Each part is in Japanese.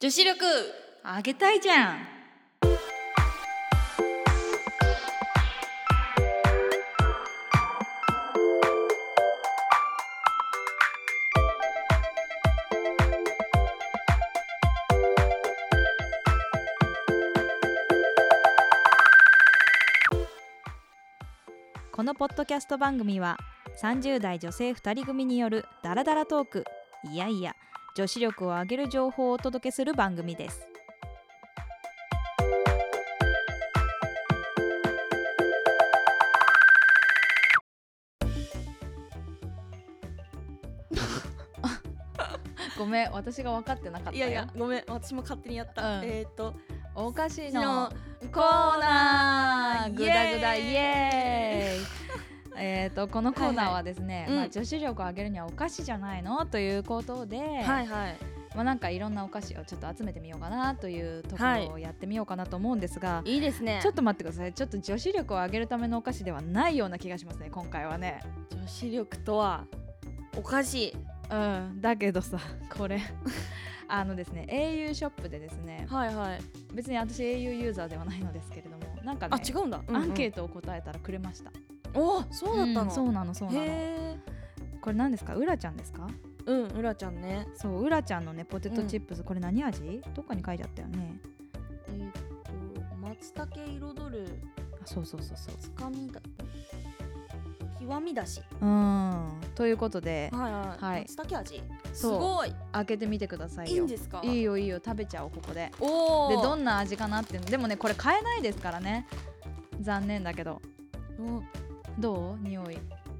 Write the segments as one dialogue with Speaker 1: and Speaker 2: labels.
Speaker 1: 女子力
Speaker 2: あげたいじゃんこのポッドキャスト番組は30代女性2人組によるダラダラトークいやいや女子力を上げる情報をお届けする番組 ですごめん私が分かってなかったよ
Speaker 1: いやいやごめん私も勝手にやった、
Speaker 2: うん
Speaker 1: えっ、と
Speaker 2: おかしいの
Speaker 1: の
Speaker 2: コーナー
Speaker 1: イエーイ
Speaker 2: グダグダイエーイ えーとこのコーナーはですね、
Speaker 1: うん
Speaker 2: まあ、女子力を上げるにはお菓子じゃないのということで、
Speaker 1: はいはい
Speaker 2: まあ、なんかいろんなお菓子をちょっと集めてみようかなというところをやってみようかなと思うんですが、
Speaker 1: いいですね
Speaker 2: ちょっと待ってくださいちょっと女子力を上げるためのお菓子ではないような気がしますね今回はね。
Speaker 1: 女子力とはおかしい
Speaker 2: うん、だけどさこれ あのですね au ショップでですね
Speaker 1: はいはい
Speaker 2: 別に私 au ユーザーではないのですけれどもなんかね
Speaker 1: あ違うんだ、
Speaker 2: アンケー
Speaker 1: ト
Speaker 2: トを答えたらくれました。
Speaker 1: おーそうだったの、
Speaker 2: んそうなのそうなの
Speaker 1: へえ
Speaker 2: これ何ですかうらちゃんですか
Speaker 1: うんうらちゃんね
Speaker 2: そううらちゃんのねポテト
Speaker 1: うん
Speaker 2: チップス、これ何味どっかに書いてあったよね
Speaker 1: えーっと松茸彩る
Speaker 2: あそうそうそうそう
Speaker 1: つかみだ極みだし
Speaker 2: うーんということで
Speaker 1: はいはい、
Speaker 2: はい
Speaker 1: 松茸味す
Speaker 2: そう
Speaker 1: ごい
Speaker 2: 開けてみてください
Speaker 1: いい
Speaker 2: よ
Speaker 1: んですか
Speaker 2: いいよいいよ食べちゃおうここで
Speaker 1: おお
Speaker 2: でど
Speaker 1: ん、
Speaker 2: んな味かなっていうのでもねこれ買えないですからね残念だけど
Speaker 1: うん
Speaker 2: どう匂い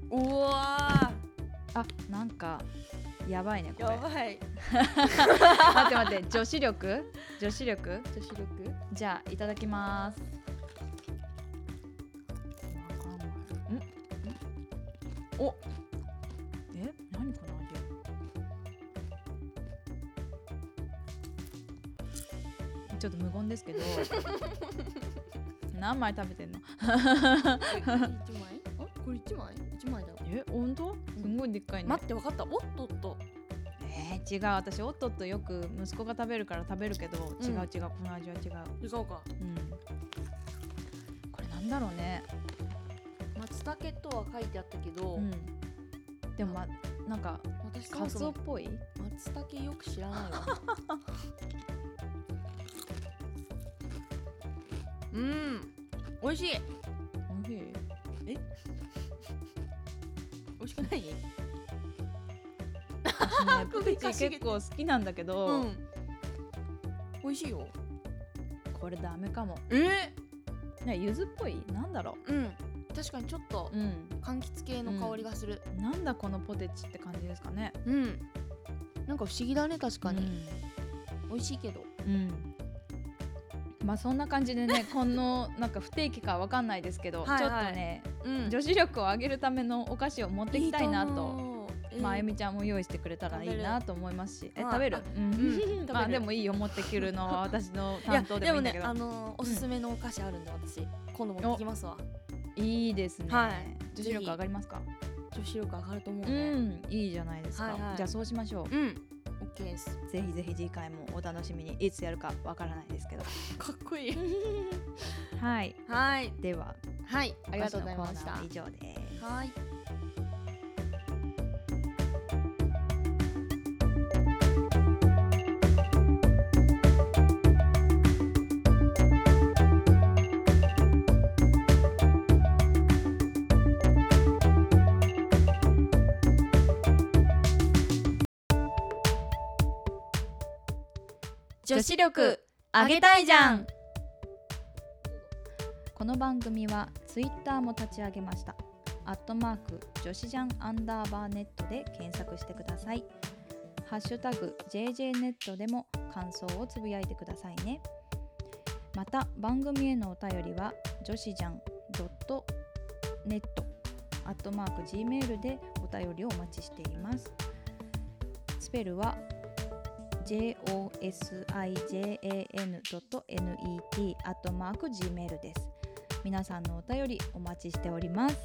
Speaker 2: う
Speaker 1: わ
Speaker 2: あなんかやばいね
Speaker 1: ー
Speaker 2: これ
Speaker 1: やばい
Speaker 2: 待って待って女子力女子力
Speaker 1: 女子力
Speaker 2: じゃあいただきます。んんおえ何この味ちょっと無言です けど何枚食べてんの
Speaker 1: 一枚あこれ一枚一枚だ
Speaker 2: え本当すんごいでっかいね、
Speaker 1: 待ってわかったおっとっと
Speaker 2: えー違う私おっとっとよく息子が食べるから食べるけど、
Speaker 1: うん
Speaker 2: 違う違うこの味は違う
Speaker 1: 違うか
Speaker 2: うんこれなんだろうね
Speaker 1: 松茸とは書いてあったけど、
Speaker 2: うんでもまなんか
Speaker 1: 私そ
Speaker 2: カ
Speaker 1: も
Speaker 2: ツ
Speaker 1: そ
Speaker 2: オっ
Speaker 1: も
Speaker 2: ぽい
Speaker 1: 松茸よく知らないわ うん美味しい
Speaker 2: おいしい
Speaker 1: 美味しくない
Speaker 2: 私ねポ
Speaker 1: 首
Speaker 2: テ
Speaker 1: かし
Speaker 2: チ
Speaker 1: げて
Speaker 2: 結構好きなんだけど、
Speaker 1: うん美味しいよ
Speaker 2: これダメかも
Speaker 1: え
Speaker 2: ね柚子っぽいなんだろ
Speaker 1: うん確かにちょっと
Speaker 2: ううん
Speaker 1: 柑橘系の香りがする
Speaker 2: なんだこのポテチって感じですかね
Speaker 1: うん、なんか不思議だね確かに、美味しいけど
Speaker 2: うん、うんまあそんな感じで ねこのなんか不定期かわかんないですけど
Speaker 1: はいはい
Speaker 2: ちょっとね
Speaker 1: うん
Speaker 2: 女子力を上げるためのお菓子を持ってきたいなとまあ、あゆみちゃんも用意してくれたらいいなと思いますしえ
Speaker 1: はい
Speaker 2: 食べる
Speaker 1: あ
Speaker 2: うん
Speaker 1: うん食べる
Speaker 2: まあでもいいよ持ってくるのは私の
Speaker 1: いや
Speaker 2: 担当で
Speaker 1: で
Speaker 2: もい
Speaker 1: も
Speaker 2: いんだ
Speaker 1: ね
Speaker 2: けど
Speaker 1: あのーおすすめのお菓子あるんで私今度持ってきますわ
Speaker 2: いいですね、
Speaker 1: はい
Speaker 2: 女子力上がりますか
Speaker 1: 女子力上がると思う
Speaker 2: う
Speaker 1: ね
Speaker 2: んいいじゃないですか、
Speaker 1: はいはい
Speaker 2: じゃあそうしましょ
Speaker 1: うん、オッケーです
Speaker 2: うぜひぜひ次回もお楽しみにいつやるかわからないですけど
Speaker 1: かっこいい
Speaker 2: はい
Speaker 1: はい
Speaker 2: では
Speaker 1: はい
Speaker 2: お菓子の
Speaker 1: ありがとうございまし
Speaker 2: コーナ
Speaker 1: た
Speaker 2: ーは以上です
Speaker 1: はい女子力上げたいじゃん
Speaker 2: この番組はツイッターも立ち上げました。アットマーク女子ジャンアンダーバーネットで検索してください。ハッシュタグ JJ ネットでも感想をつぶやいてくださいね。また番組へのお便りは女子ジャン .net アットマーク Gmail でお便りをお待ちしています。スペルは josijan.net アットマーク gmail です。皆さんのお便りお待ちしております。